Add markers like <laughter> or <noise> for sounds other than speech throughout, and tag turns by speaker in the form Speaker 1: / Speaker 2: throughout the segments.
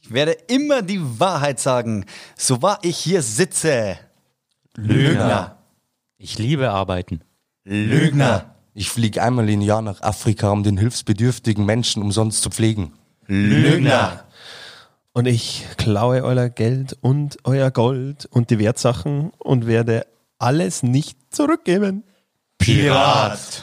Speaker 1: Ich werde immer die Wahrheit sagen, so wahr ich hier sitze. Lügner.
Speaker 2: Ich liebe Arbeiten.
Speaker 1: Lügner.
Speaker 3: Ich fliege einmal im Jahr nach Afrika, um den hilfsbedürftigen Menschen umsonst zu pflegen.
Speaker 1: Lügner.
Speaker 4: Und ich klaue euer Geld und euer Gold und die Wertsachen und werde alles nicht zurückgeben.
Speaker 1: Pirat.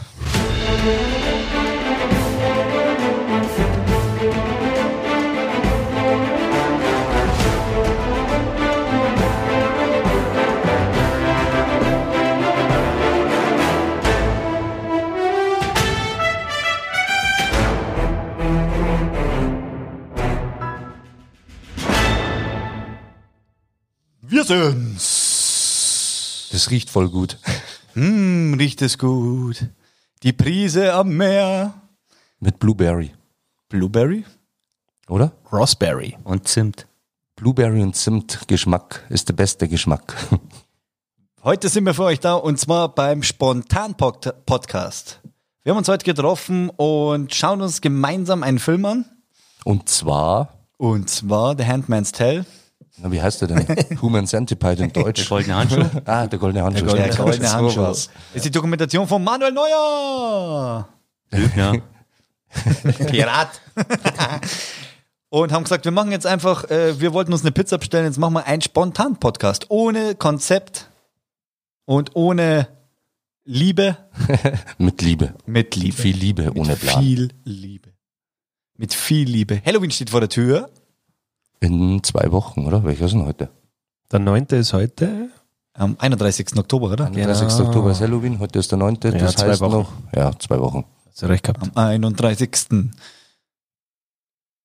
Speaker 1: Wir sind's.
Speaker 3: Das riecht voll gut. <laughs>
Speaker 1: Hm, riecht es gut. Die Prise am Meer.
Speaker 3: Mit Blueberry,
Speaker 1: Blueberry?
Speaker 3: oder?
Speaker 4: Raspberry.
Speaker 2: Und Zimt.
Speaker 3: Blueberry und Zimt-Geschmack ist der beste Geschmack. <laughs>
Speaker 1: Heute sind wir für euch da und zwar beim Spontan-Podcast. Wir haben uns heute getroffen und schauen uns gemeinsam einen Film an.
Speaker 3: Und zwar,
Speaker 1: Und zwar The Handman's Tale.
Speaker 3: na, wie heißt der denn? Human Centipede in
Speaker 2: Der
Speaker 3: Deutsch.
Speaker 2: goldene Handschuh.
Speaker 3: <laughs> Ah, der goldene Handschuh.
Speaker 1: Der
Speaker 3: stimmt.
Speaker 1: goldene Handschuh.
Speaker 3: Sowas.
Speaker 1: Das ist die Dokumentation von Manuel Neuer.
Speaker 2: Lügner.
Speaker 1: <laughs> Pirat. Und haben gesagt, wir machen jetzt einfach, äh, wir wollten uns eine Pizza bestellen, jetzt machen wir einen spontan Podcast. Ohne Konzept und ohne Liebe.
Speaker 3: Mit Liebe.
Speaker 1: Mit Liebe.
Speaker 3: Viel Liebe ohne Plan.
Speaker 1: Viel Liebe. Mit viel Liebe. Halloween steht vor der Tür.
Speaker 3: In zwei Wochen, oder? Welcher ist denn heute?
Speaker 4: Der neunte ist heute.
Speaker 1: Am 31. Oktober, oder?
Speaker 3: 31. Oktober ist Halloween, heute ist der 9. Ja, das
Speaker 4: zwei
Speaker 3: heißt
Speaker 4: Wochen.
Speaker 3: noch. Ja, zwei Wochen.
Speaker 4: Hast du recht gehabt.
Speaker 1: Am 31.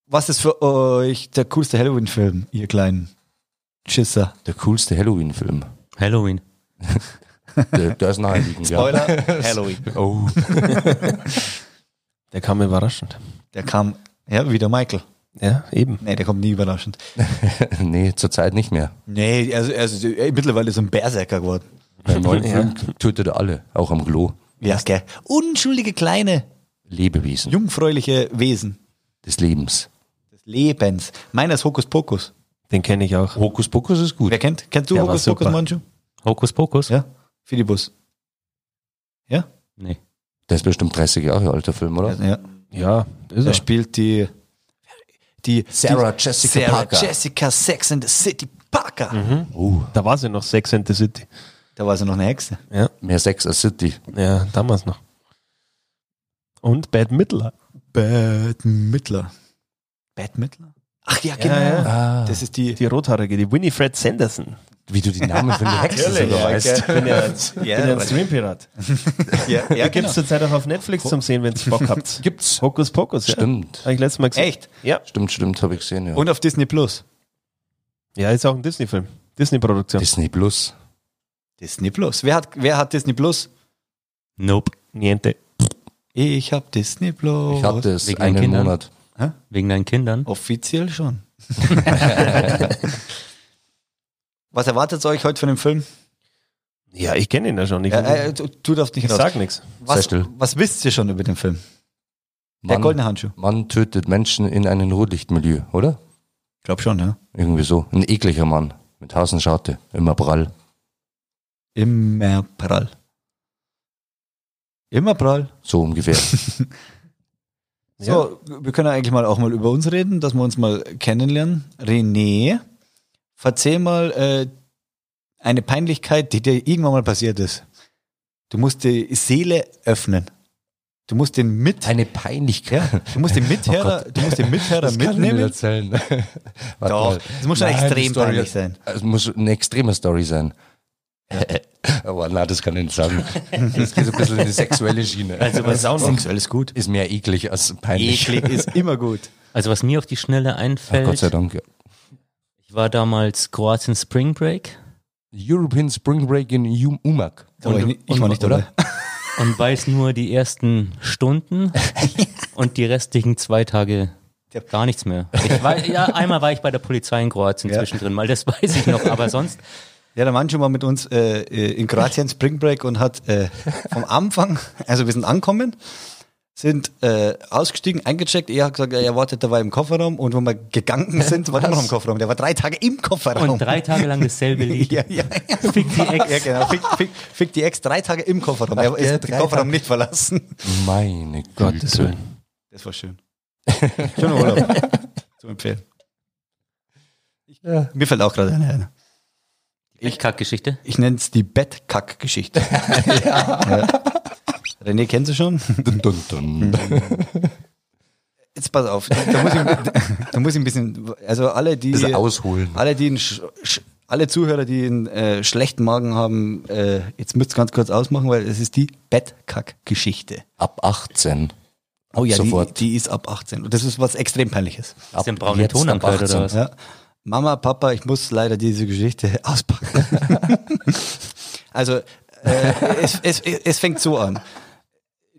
Speaker 1: Was ist für euch der coolste Halloween-Film, ihr kleinen Schisser?
Speaker 3: Der coolste Halloween-Film.
Speaker 2: Halloween.
Speaker 3: Der, der ist naheliegend, ja.
Speaker 1: Spoiler, <laughs> Halloween.
Speaker 3: Oh.
Speaker 4: Der kam überraschend.
Speaker 1: Der kam, ja, wieder Michael.
Speaker 4: Ja, eben.
Speaker 1: Nee, der kommt nie überraschend.
Speaker 3: <laughs> Nee, zurzeit nicht mehr.
Speaker 1: Nee, also, also ey, mittlerweile ist er ein Berserker geworden.
Speaker 3: Beim neuen Film tötet er alle, auch am Klo.
Speaker 1: Ja, gell. Unschuldige kleine,
Speaker 3: Lebewesen
Speaker 1: jungfräuliche Wesen
Speaker 3: des Lebens.
Speaker 1: des Lebens. Meiner ist Hokus Pokus.
Speaker 4: Den kenne ich auch.
Speaker 3: Hokus Pokus ist gut.
Speaker 1: Wer kennt? Kennst du
Speaker 4: Der war
Speaker 1: Hokus Pokus,
Speaker 4: super.
Speaker 1: Manchu?
Speaker 2: Hokus Pokus?
Speaker 1: Ja. Filibus.
Speaker 2: Nee.
Speaker 3: Der ist bestimmt 30 Jahre alter Film, oder?
Speaker 1: Ja.
Speaker 4: Ja, ist
Speaker 1: Er
Speaker 4: er.
Speaker 1: spielt die, die
Speaker 3: Sarah
Speaker 1: die,
Speaker 3: Jessica
Speaker 1: Sarah
Speaker 3: Parker.
Speaker 1: Jessica Mhm. Sex in the City Parker.
Speaker 3: Oh,
Speaker 4: Da war sie noch Sex and the City.
Speaker 1: Da war sie noch eine Hexe.
Speaker 3: mehr Sex als City.
Speaker 4: Ja, damals noch. Und Bad Mittler.
Speaker 1: Bad Mittler. Bad Mittler? Ach ja, genau.
Speaker 4: ja.
Speaker 3: Ah,
Speaker 1: Das ist die.
Speaker 4: Die rothaarige, die Winifred Sanderson.
Speaker 3: wie du die Namen von der Hexe
Speaker 1: Natürlich,
Speaker 3: sogar
Speaker 1: ja,
Speaker 3: weißt.
Speaker 4: Ich bin ja, ich bin ja ein Streampirat.
Speaker 1: ja, <laughs> ja, genau.
Speaker 4: Gibt's zurzeit auch auf Netflix zum Sehen, wenn <laughs> ihr Bock habt.
Speaker 3: Gibt's.
Speaker 4: Hokus Pokus, ja.
Speaker 3: Stimmt.
Speaker 4: Habe ich letztes Mal gesehen.
Speaker 1: Echt?
Speaker 4: Ja.
Speaker 3: Stimmt, stimmt, habe ich gesehen, ja.
Speaker 1: Und auf Disney Plus.
Speaker 4: Ja, ist auch ein Disney-Film. Disney-Produktion.
Speaker 3: Disney Plus.
Speaker 1: Disney Plus. Wer hat, wer hat Disney Plus?
Speaker 2: Nope.
Speaker 4: Niente.
Speaker 1: Ich hab Disney Plus.
Speaker 3: Ich hatte es
Speaker 2: Wegen den
Speaker 3: einen
Speaker 2: Kindern.
Speaker 3: Monat.
Speaker 2: Wegen deinen Kindern?
Speaker 1: Offiziell schon. <laughs> Was erwartet euch heute von dem Film?
Speaker 4: Ja, ich kenne ihn ja genau. schon. Ich,
Speaker 1: Ja, äh, du, du darfst nicht
Speaker 4: ich
Speaker 1: raus.
Speaker 4: sag nichts.
Speaker 3: Sei
Speaker 1: Was,
Speaker 3: still.
Speaker 1: was wisst ihr schon über den Film? Der
Speaker 3: Mann-
Speaker 1: goldene Handschuh.
Speaker 3: Mann tötet Menschen in einem Rotlichtmilieu, oder?
Speaker 1: Glaub schon, ja.
Speaker 3: Irgendwie so. Ein ekliger Mann. Mit Hasenscharte. Immer prall.
Speaker 1: Immer prall. Immer prall.
Speaker 3: So ungefähr.
Speaker 1: So, wir können eigentlich mal auch mal über uns reden, dass wir uns mal kennenlernen. René, verzeih mal äh, eine Peinlichkeit, die dir irgendwann mal passiert ist. Du musst die Seele öffnen. Du musst den Mit,
Speaker 3: Eine Peinlichkeit.
Speaker 1: du musst den
Speaker 3: <laughs>
Speaker 1: Mithörer, du musst den Mithörer
Speaker 3: Oh Das kann ich nicht
Speaker 1: mitnehmen.
Speaker 3: erzählen. <laughs> Warte
Speaker 1: Doch,
Speaker 3: mal.
Speaker 1: das muss schon
Speaker 3: Nein, die
Speaker 1: extrem
Speaker 3: Story-
Speaker 1: peinlich sein.
Speaker 3: Es muss eine extreme Story sein. <laughs> Aber na, das kann ich nicht sagen. Das geht so ein bisschen in die
Speaker 1: <laughs>
Speaker 3: sexuelle Schiene.
Speaker 2: Also bei Saunen.
Speaker 1: Sexuelles gut.
Speaker 3: ist mehr eklig als peinlich.
Speaker 1: Eklig ist immer gut.
Speaker 2: Also was mir auf die Schnelle
Speaker 3: Ach, Gott
Speaker 2: einfällt,
Speaker 3: sei Dank.
Speaker 2: ich war damals Kroatien Spring Break
Speaker 3: European Spring Break in Um- Umag.
Speaker 1: Da war ich, ni- ich war nicht dabei.
Speaker 2: und weiß nur die ersten Stunden und die restlichen zwei Tage gar nichts mehr. Ich war, ja, einmal war ich bei der Polizei in Kroatien
Speaker 1: Ja.
Speaker 2: zwischendrin mal, das weiß ich noch, aber sonst
Speaker 1: Ja, der Mann schon mal mit uns äh,
Speaker 2: <laughs>
Speaker 1: in Kroatien Spring Break und hat äh, vom Anfang, also wir sind angekommen sind äh, ausgestiegen, eingecheckt. Er hat gesagt, er wartet dabei im Kofferraum. Und wenn wir gegangen sind, war er noch im Kofferraum. Der war drei Tage im Kofferraum.
Speaker 2: Und drei Tage lang dasselbe Lied.
Speaker 1: <laughs> ja, ja, ja.
Speaker 2: Fick die Ex.
Speaker 1: Ja, genau. Fick, fick, fick die Ex drei Tage im Kofferraum. Er
Speaker 3: Ja,
Speaker 1: ist den
Speaker 3: drei
Speaker 1: Kofferraum
Speaker 3: Tage.
Speaker 1: nicht verlassen. <laughs>
Speaker 3: Meine
Speaker 4: Gottes
Speaker 3: Güte.
Speaker 4: Willen.
Speaker 1: Das war
Speaker 2: <laughs>
Speaker 1: schön. Schöner Urlaub. Zu empfehlen.
Speaker 3: Ja.
Speaker 1: Mir fällt auch gerade eine ein.
Speaker 2: Ich Kackgeschichte.
Speaker 1: Ich nenne es die <laughs> Bettkack-Geschichte. ja. René, kennst du schon?
Speaker 3: Dun, dun, dun.
Speaker 1: <laughs> Jetzt pass auf, da muss ich, da muss ich ein bisschen, also alle, die,
Speaker 3: Bisschen ausholen.
Speaker 1: alle, die einen, sch, sch, alle Zuhörer, die einen äh, schlechten Magen haben, äh, jetzt müsst ihr ganz kurz ausmachen, weil es ist die Bettkack-Geschichte.
Speaker 3: Ab 18.
Speaker 1: Oh ja, die,
Speaker 3: Sofort.
Speaker 1: die ist ab 18 und das ist was extrem peinliches.
Speaker 2: Ist
Speaker 3: Ab
Speaker 2: denn braune
Speaker 3: jetzt
Speaker 2: Ton am
Speaker 3: ab
Speaker 2: Kleid oder
Speaker 3: 18.
Speaker 2: was?
Speaker 1: Ja. Mama, Papa, ich muss leider diese Geschichte <laughs> auspacken. also, äh, es, es, es fängt so an.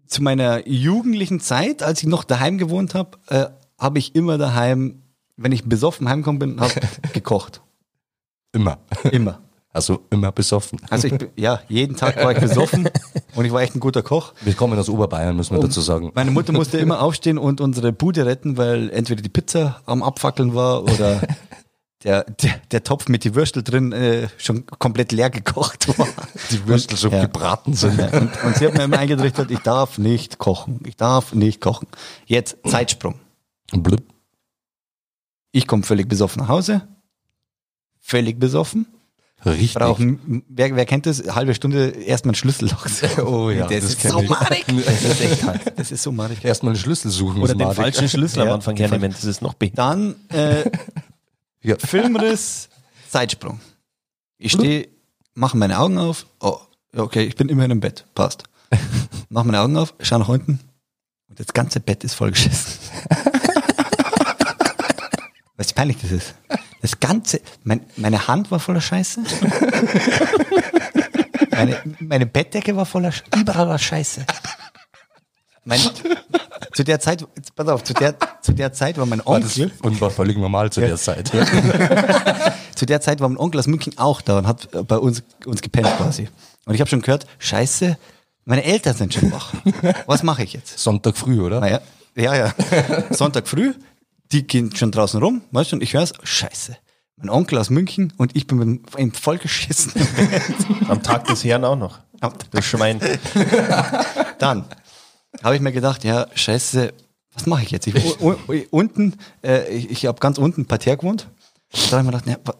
Speaker 1: Zu meiner jugendlichen Zeit, als ich noch daheim gewohnt habe, äh, habe ich immer daheim, wenn ich besoffen heimgekommen bin, habe gekocht. <laughs>
Speaker 3: Immer.
Speaker 1: Immer.
Speaker 3: Also immer besoffen.
Speaker 1: Also ich, bin- ja, jeden Tag war ich besoffen und ich war echt ein guter Koch.
Speaker 3: Wir kommen aus Oberbayern, müssen
Speaker 1: Oh.
Speaker 3: wir dazu sagen.
Speaker 1: Meine Mutter musste
Speaker 3: <laughs>
Speaker 1: immer aufstehen und unsere Bude retten, weil entweder die Pizza am Abfackeln war
Speaker 3: <laughs>
Speaker 1: oder der, der, der Topf mit die Würstel drin äh, schon komplett leer gekocht war.
Speaker 3: Die Würstel schon
Speaker 1: Ja.
Speaker 3: gebraten sind.
Speaker 1: <laughs> Und, und sie hat mir immer eingetrichtert, ich darf nicht kochen, ich darf nicht kochen. Jetzt Zeitsprung.
Speaker 3: Blub.
Speaker 1: Ich komme völlig besoffen nach Hause, völlig besoffen.
Speaker 3: Richtig.
Speaker 1: Brauchen, wer, wer kennt das? Halbe Stunde erstmal ein Schlüsselloch.
Speaker 3: <laughs> Oh ja,
Speaker 1: das,
Speaker 3: das
Speaker 1: ist
Speaker 3: kenn
Speaker 1: so
Speaker 3: ich.
Speaker 1: marig. Das ist echt hart. Das ist so marig.
Speaker 3: Erstmal einen Schlüssel suchen.
Speaker 4: Oder
Speaker 3: ist
Speaker 4: den
Speaker 3: madig.
Speaker 4: falschen Schlüssel am
Speaker 1: Ja,
Speaker 4: Anfang
Speaker 1: den
Speaker 4: hernehmen, das ist noch behindert.
Speaker 1: Dann äh,
Speaker 3: Ja.
Speaker 1: Filmriss, Zeitsprung. Ich stehe, mache meine Augen auf. Oh, ja, okay, ich bin immerhin im Bett.
Speaker 3: <laughs>
Speaker 1: Passt. Mach meine Augen auf, schau nach unten. Und das ganze Bett ist vollgeschissen.
Speaker 3: <laughs>
Speaker 1: weißt du, wie peinlich das ist? Das ganze, mein, meine Hand war voller Scheiße. meine, meine Bettdecke war voller, Sch- überall war Scheiße. Mein, zu der Zeit, jetzt pass auf, zu der, zu der Zeit war mein
Speaker 3: <laughs> War das
Speaker 1: Onkel.
Speaker 3: und war völlig normal zu der Zeit.
Speaker 1: Zu der Zeit war mein Onkel aus München auch da und hat äh, bei uns, uns gepennt quasi. Und ich habe schon gehört, scheiße, meine Eltern sind schon wach. Was mache ich jetzt?
Speaker 3: Sonntag früh, oder?
Speaker 1: Naja, ja, ja. Sonntag früh, die gehen schon draußen rum, weißt du, und ich höre es, scheiße. Mein Onkel aus München und ich bin mit dem- im <laughs> vollgeschissenen Bett.
Speaker 4: Am Tag des Herrn auch noch. Das Schwein.
Speaker 1: Dann habe ich mir gedacht, ja, scheiße, was mache ich jetzt? Ich, u, u, unten, äh, ich, ich habe ganz unten parterre gewohnt. Da habe ich mir gedacht, ja, wa-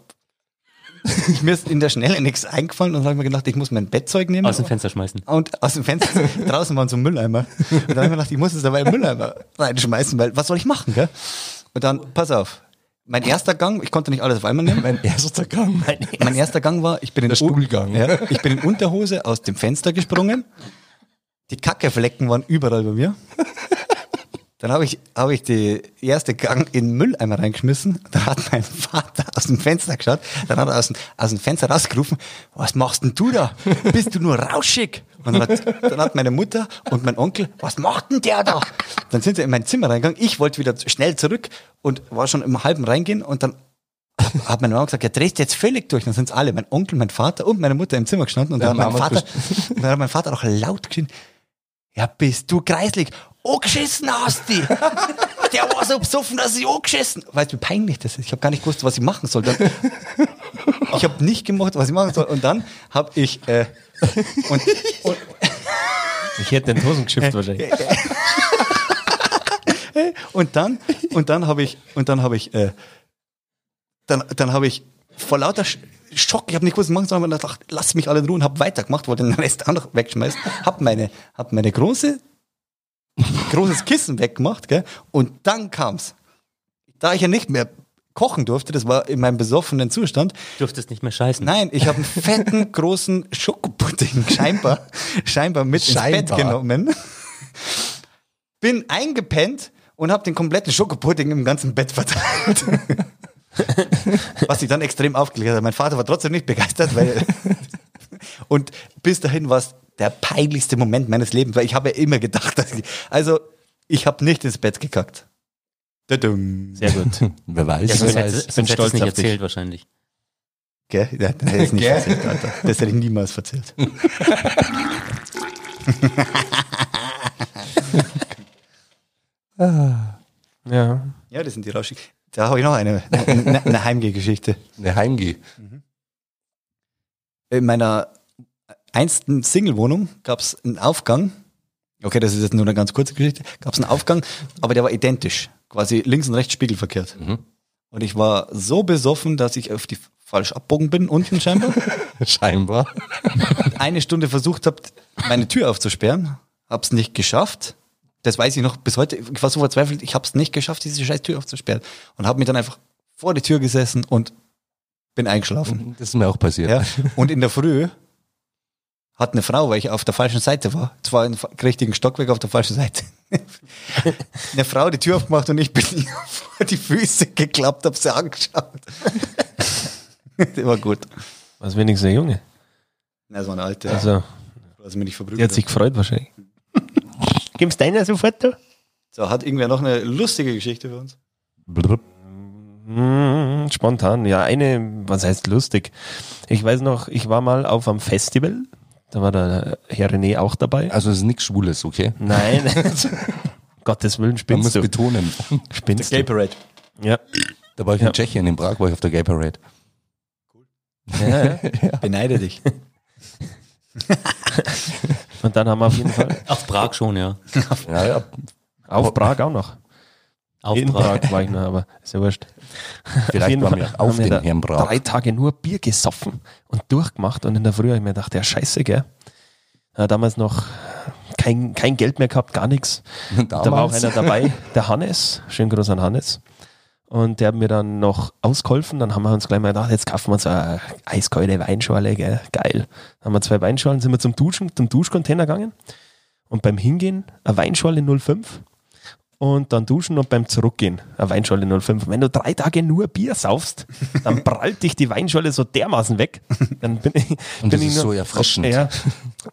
Speaker 1: ich, <laughs> mir ist in der Schnelle nichts eingefallen und dann habe ich mir gedacht, ich muss mein Bettzeug nehmen.
Speaker 2: Aus dem Fenster schmeißen.
Speaker 1: Und aus dem Fenster, <laughs> draußen waren so Mülleimer. Und dann habe ich mir gedacht, ich muss es dabei im Mülleimer reinschmeißen, weil was soll ich machen, gell? Und dann, pass auf, mein erster Gang, ich konnte nicht alles auf einmal nehmen.
Speaker 3: Mein erster Gang.
Speaker 1: <laughs> Mein erster Gang war, ich bin in
Speaker 3: Der
Speaker 1: U-
Speaker 3: Stuhlgang.
Speaker 1: Ja, ich bin in Unterhose aus dem Fenster gesprungen. Die Kackeflecken waren überall bei mir. Dann habe ich, habe ich die erste Gang in den Mülleimer reingeschmissen. Dann hat mein Vater aus dem Fenster geschaut. Dann hat er aus dem, aus dem Fenster rausgerufen, was machst denn du da? Bist du nur rauschig? Und dann hat, dann hat meine Mutter und mein Onkel, was macht denn der da? Dann sind sie in mein Zimmer reingegangen. Ich wollte wieder schnell zurück und war schon im halben reingehen. Und dann hat meine Mama gesagt, ja, drehst jetzt völlig durch. Dann sind alle, mein Onkel, mein Vater und meine Mutter im Zimmer gestanden. Und
Speaker 3: Ja,
Speaker 1: dann, hat mein
Speaker 3: Mama <laughs>
Speaker 1: Vater, und dann hat mein Vater auch laut geschrien, ja, bist du kreislig? Angeschissen hast du! <laughs> Der war so besoffen, dass ich angeschissen Weißt du, wie peinlich das ist? Ich habe gar nicht gewusst, was ich machen soll. Dann, ich habe nicht gemacht, was ich machen soll. Und dann habe ich... Äh, und, und,
Speaker 4: Ich hätte den Hosen <laughs> geschifft wahrscheinlich.
Speaker 1: und dann, und dann habe ich, und dann habe ich, äh, dann, dann habe ich vor lauter Sch- Schock, ich habe nicht gewusst, was ich machen soll, aber dachte, lass mich alle in Ruhe und habe weitergemacht, wollte den Rest auch noch wegschmeißen, habe meine, hab meine große, großes Kissen weggemacht, gell, und dann kam's. Da ich ja nicht mehr kochen durfte, das war in meinem besoffenen Zustand,
Speaker 2: Du durftest nicht mehr scheißen.
Speaker 1: Nein, ich habe einen fetten, großen Schokopudding scheinbar, scheinbar mit ins Bett
Speaker 3: Scheinbar.
Speaker 1: genommen. Bin eingepennt und habe den kompletten Schokopudding im ganzen Bett verteilt. Was sich dann extrem aufgelegt hat. Mein Vater war trotzdem nicht begeistert, weil. Und bis dahin war es der peinlichste Moment meines Lebens, weil ich habe ja immer gedacht, dass ich. Also, ich habe nicht ins Bett gekackt. Dadum.
Speaker 4: Sehr gut.
Speaker 3: <laughs> Wer weiß.
Speaker 2: Ja, sonst
Speaker 4: bin-
Speaker 2: hättest
Speaker 4: bin
Speaker 2: sonst hättest du
Speaker 4: stolz
Speaker 2: es nicht
Speaker 4: auf dich.
Speaker 2: erzählt wahrscheinlich.
Speaker 1: Gell? Ja, das hätte ich nicht
Speaker 3: Gell?
Speaker 1: erzählt, Alter. Das hätte ich niemals erzählt.
Speaker 4: Ja.
Speaker 1: Ja, das sind die Rauschig. Da habe ich noch eine, eine, eine Heimgehgeschichte.
Speaker 3: Eine Heimgeh.
Speaker 1: In meiner einsten Single-Wohnung gab es einen Aufgang. Okay, das ist jetzt nur eine ganz kurze Geschichte. Gab es einen Aufgang, aber der war identisch. Quasi links und rechts spiegelverkehrt.
Speaker 3: Mhm.
Speaker 1: Und ich war so besoffen, dass ich auf die falsch abbogen bin, unten scheinbar.
Speaker 3: Scheinbar.
Speaker 1: eine Stunde versucht habe, meine Tür aufzusperren, hab's nicht geschafft. Das weiß ich noch bis heute. Ich war so verzweifelt, ich hab's nicht geschafft, diese scheiß Tür aufzusperren. Und habe mich dann einfach vor die Tür gesessen und bin eingeschlafen.
Speaker 3: Das ist mir auch passiert.
Speaker 1: Ja. Und in der Früh hat eine Frau, weil ich auf der falschen Seite war, zwar im fa- richtigen Stockwerk auf der falschen Seite, <laughs> eine Frau die Tür aufgemacht und ich bin <laughs> ihr vor die Füße geklappt, hab sie angeschaut. <laughs> Die war gut.
Speaker 4: Was wenigstens der Junge.
Speaker 1: Das war eine alte, also,
Speaker 4: Also,
Speaker 1: also bin ich verbrüht.
Speaker 4: der hat sich gefreut wahrscheinlich. Gibst deiner sofort da?
Speaker 1: So, hat irgendwer noch eine lustige Geschichte für uns?
Speaker 3: Blub.
Speaker 4: Mm, Spontan, ja, eine, was heißt lustig? Ich weiß noch, ich war mal auf einem Festival, da war der Herr René auch dabei.
Speaker 3: Also es ist nichts Schwules, okay?
Speaker 4: Nein,
Speaker 2: <laughs>
Speaker 4: Gottes Willen,
Speaker 3: Man muss
Speaker 4: spinnst du.
Speaker 3: betonen.
Speaker 4: Spinnst du.
Speaker 1: Parade.
Speaker 4: Ja.
Speaker 3: Da war ich
Speaker 4: Ja.
Speaker 3: in Tschechien, in Prag war ich auf der Gay Parade.
Speaker 1: Beneide dich.
Speaker 4: Und dann haben wir auf jeden
Speaker 2: <laughs>
Speaker 4: Fall
Speaker 2: Auf Prag schon, ja.
Speaker 3: <laughs> Ja, ja,
Speaker 4: auf Prag auch noch.
Speaker 2: Auf
Speaker 4: In
Speaker 2: Prag.
Speaker 4: Prag war ich noch, aber ist ja wurscht. Auf
Speaker 3: vielleicht
Speaker 4: jeden
Speaker 3: waren
Speaker 4: Fall
Speaker 3: wir auf
Speaker 4: haben wir da
Speaker 3: den Herrn Brau. <laughs>
Speaker 4: drei Tage nur Bier gesoffen und durchgemacht und in der Früh habe ich mir gedacht, ja scheiße, gell? Ja, damals noch kein, kein Geld mehr gehabt, gar nichts. Da war auch einer dabei, der Hannes, schönen Gruß an Hannes. Und der hat mir dann noch ausgeholfen. Dann haben wir uns gleich mal gedacht, jetzt kaufen wir uns eine eiskalte Weinschorle, gell? geil. Dann haben wir zwei Weinschorlen, sind wir zum Duschen, zum Duschcontainer gegangen. Und beim Hingehen eine Weinschorle 05 und dann duschen und beim Zurückgehen eine Weinschorle 05. Und Wenn du drei Tage nur Bier saufst,
Speaker 3: <laughs>
Speaker 4: dann prallt dich die Weinschorle so dermaßen weg. Dann bin ich,
Speaker 3: Und das
Speaker 4: bin ich nur-
Speaker 3: ist so erfrischend.
Speaker 4: Ja.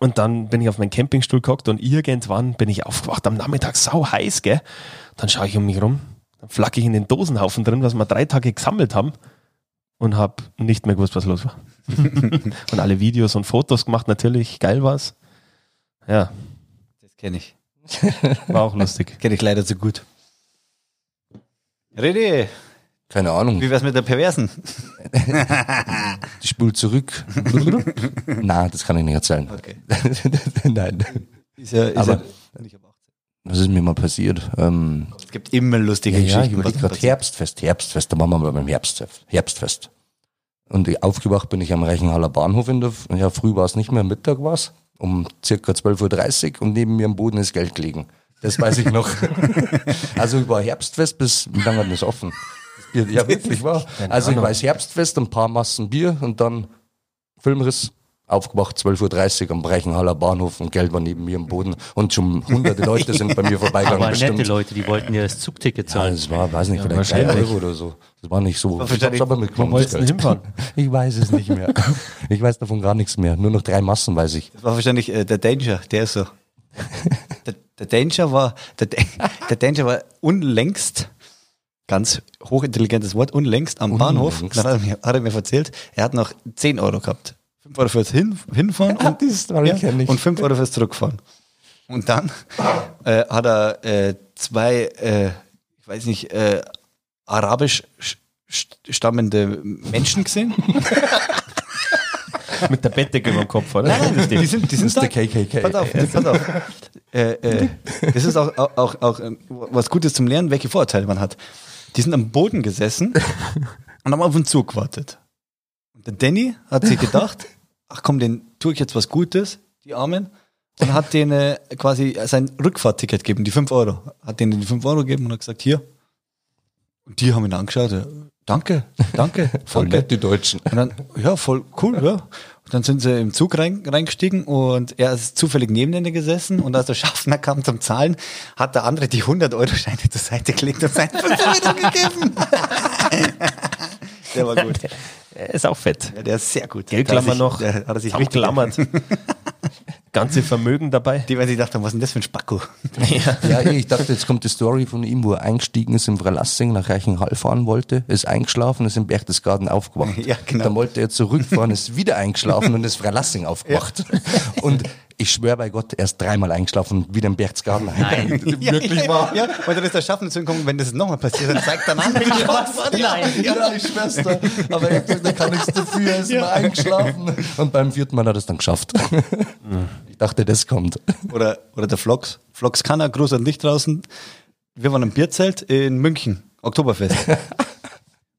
Speaker 4: Und dann bin ich auf meinen Campingstuhl gehockt und irgendwann bin ich aufgewacht am Nachmittag, sau heiß, gell? Dann schaue ich um mich rum, dann flacke ich in den Dosenhaufen drin, was wir drei Tage gesammelt haben und habe nicht mehr gewusst, was los war. <laughs> und alle Videos und Fotos gemacht, natürlich, geil war's. Ja,
Speaker 1: Das kenne ich.
Speaker 4: war auch lustig.
Speaker 1: Kenne ich leider zu gut. René,
Speaker 3: Keine Ahnung.
Speaker 1: wie wär's mit der Perversen?
Speaker 3: Ich
Speaker 4: <laughs>
Speaker 3: spul zurück. Na, das kann ich nicht erzählen.
Speaker 1: Okay.
Speaker 3: <laughs> Nein.
Speaker 1: Ist ja, ist
Speaker 3: Aber-
Speaker 1: ja nicht ab 18.
Speaker 3: Was ist mir mal passiert? Ähm,
Speaker 1: Es gibt immer lustige
Speaker 3: Ja, ja, ich
Speaker 1: Geschichten.
Speaker 3: überlege
Speaker 1: was
Speaker 3: gerade
Speaker 1: passiert.
Speaker 3: Herbstfest, Herbstfest, da machen wir mal beim Herbstfest. Herbstfest. Und ich- aufgewacht bin ich am Reichenhaller Bahnhof in der, F- ja, früh war es nicht mehr, am Mittag war es, um circa 12.30 Uhr und neben mir am Boden ist Geld gelegen. Das weiß
Speaker 1: <laughs>
Speaker 3: ich noch. also über Herbstfest bis, wie lange hat das offen? Ja, ja
Speaker 1: <laughs>
Speaker 3: wirklich war. Also ich weiß Herbstfest, ein paar Massen Bier und dann Filmriss. Aufgewacht, 12.30 Uhr am Breichenhaller Bahnhof und Geld war neben mir am Boden und schon
Speaker 1: <laughs>
Speaker 3: hunderte Leute sind bei mir vorbeigegangen.
Speaker 2: Aber
Speaker 3: bestimmt. Also.
Speaker 2: nette Leute, die wollten ja das Zugticket
Speaker 3: Ja,
Speaker 2: zahlen.
Speaker 3: das war, weiß nicht, vielleicht 3
Speaker 4: wahrscheinlich.
Speaker 3: Euro oder so. Das war nicht so.
Speaker 1: War wahrscheinlich-
Speaker 3: aber mitgenommen.
Speaker 4: Wo wolltest du
Speaker 3: das
Speaker 4: denn
Speaker 3: Geld.
Speaker 4: hinfahren?
Speaker 3: <laughs> Ich weiß es nicht <laughs> mehr. Ich weiß davon gar nichts mehr. Nur noch drei Massen weiß ich.
Speaker 1: Das war wahrscheinlich äh, der Danger, der ist
Speaker 3: <laughs>
Speaker 1: so. der, der Danger war, der, Dan- der Danger war unlängst, ganz hochintelligentes Wort, unlängst am Bahnhof.
Speaker 3: Unlängst.
Speaker 1: Dann hat er, mir, hat er mir erzählt, er hat noch 10 Euro gehabt. 5 Euro fürs hin,
Speaker 3: <laughs>
Speaker 1: Hinfahren und
Speaker 3: die Story
Speaker 1: Ja, Und 5 Euro fürs Zurückfahren. Und dann äh, hat er äh, zwei, äh, ich weiß nicht, äh, arabisch sch- sch- stammende Menschen gesehen.
Speaker 4: <laughs> Mit der Bettdecke über dem Kopf, oder?
Speaker 1: die sind, die sind
Speaker 3: ist der
Speaker 1: da.
Speaker 3: KKK.
Speaker 1: Pass auf, pass auf. Äh, äh, das ist auch, auch, auch, auch ähm, was Gutes zum Lernen, welche Vorurteile man hat. Die sind am Boden gesessen und haben auf den Zug gewartet. Und der Danny hat sich gedacht, ach komm, den tue ich jetzt was Gutes, die Armen, und hat denen äh, quasi sein Rückfahrticket gegeben, die 5 Euro. Hat denen die 5 Euro gegeben und hat gesagt, hier. Und die haben ihn angeschaut, äh, danke, danke,
Speaker 3: Voll
Speaker 1: danke.
Speaker 3: nett, die Deutschen.
Speaker 1: Und dann, ja, voll cool, ja. Und dann sind sie im Zug rein, reingestiegen und er ist zufällig neben denen gesessen und als der Schaffner kam zum Zahlen, hat der andere die 100-Euro-Scheine zur Seite gelegt und seinen 5 Euro gegeben. der war gut.
Speaker 4: Er <laughs> ist auch fett.
Speaker 1: Ja, der ist sehr gut. Da hat er
Speaker 4: Geldklammer
Speaker 1: sich-
Speaker 4: noch,
Speaker 1: Der hat er sich richtig,
Speaker 4: <laughs> zusammengeklammert. Ganze Vermögen dabei.
Speaker 1: die werden sich gedacht haben, was ist denn das für ein Spacko?
Speaker 3: <laughs> Ja, eh, ich dachte, jetzt kommt die Story von ihm, wo er eingestiegen ist in Verlassing, nach Reichenhall fahren wollte, ist eingeschlafen, ist im Berchtesgaden aufgewacht.
Speaker 1: Ja, genau. <laughs>
Speaker 3: Dann wollte er zurückfahren, ist wieder eingeschlafen und ist Verlassing aufgewacht. Und ich schwöre bei Gott, er ist dreimal eingeschlafen, wieder im Berchtesgaden.
Speaker 1: <laughs>
Speaker 2: Nein.
Speaker 3: Wirklich wahr?
Speaker 1: Ja, weil dann ist der Schaffen zu kommen, wenn das nochmal passiert, dann zeigt er
Speaker 3: <laughs>
Speaker 1: an.
Speaker 3: Nein. Ja, ich schwör's dir. Aber er hat gesagt, er kann nichts dafür, er ist mal eingeschlafen. Und beim vierten Mal hat er es dann geschafft. Ich dachte, das kommt.
Speaker 1: Oder, oder der Flox. Flox Kanner, Gruß an dich draußen. Wir waren im Bierzelt in München, Oktoberfest.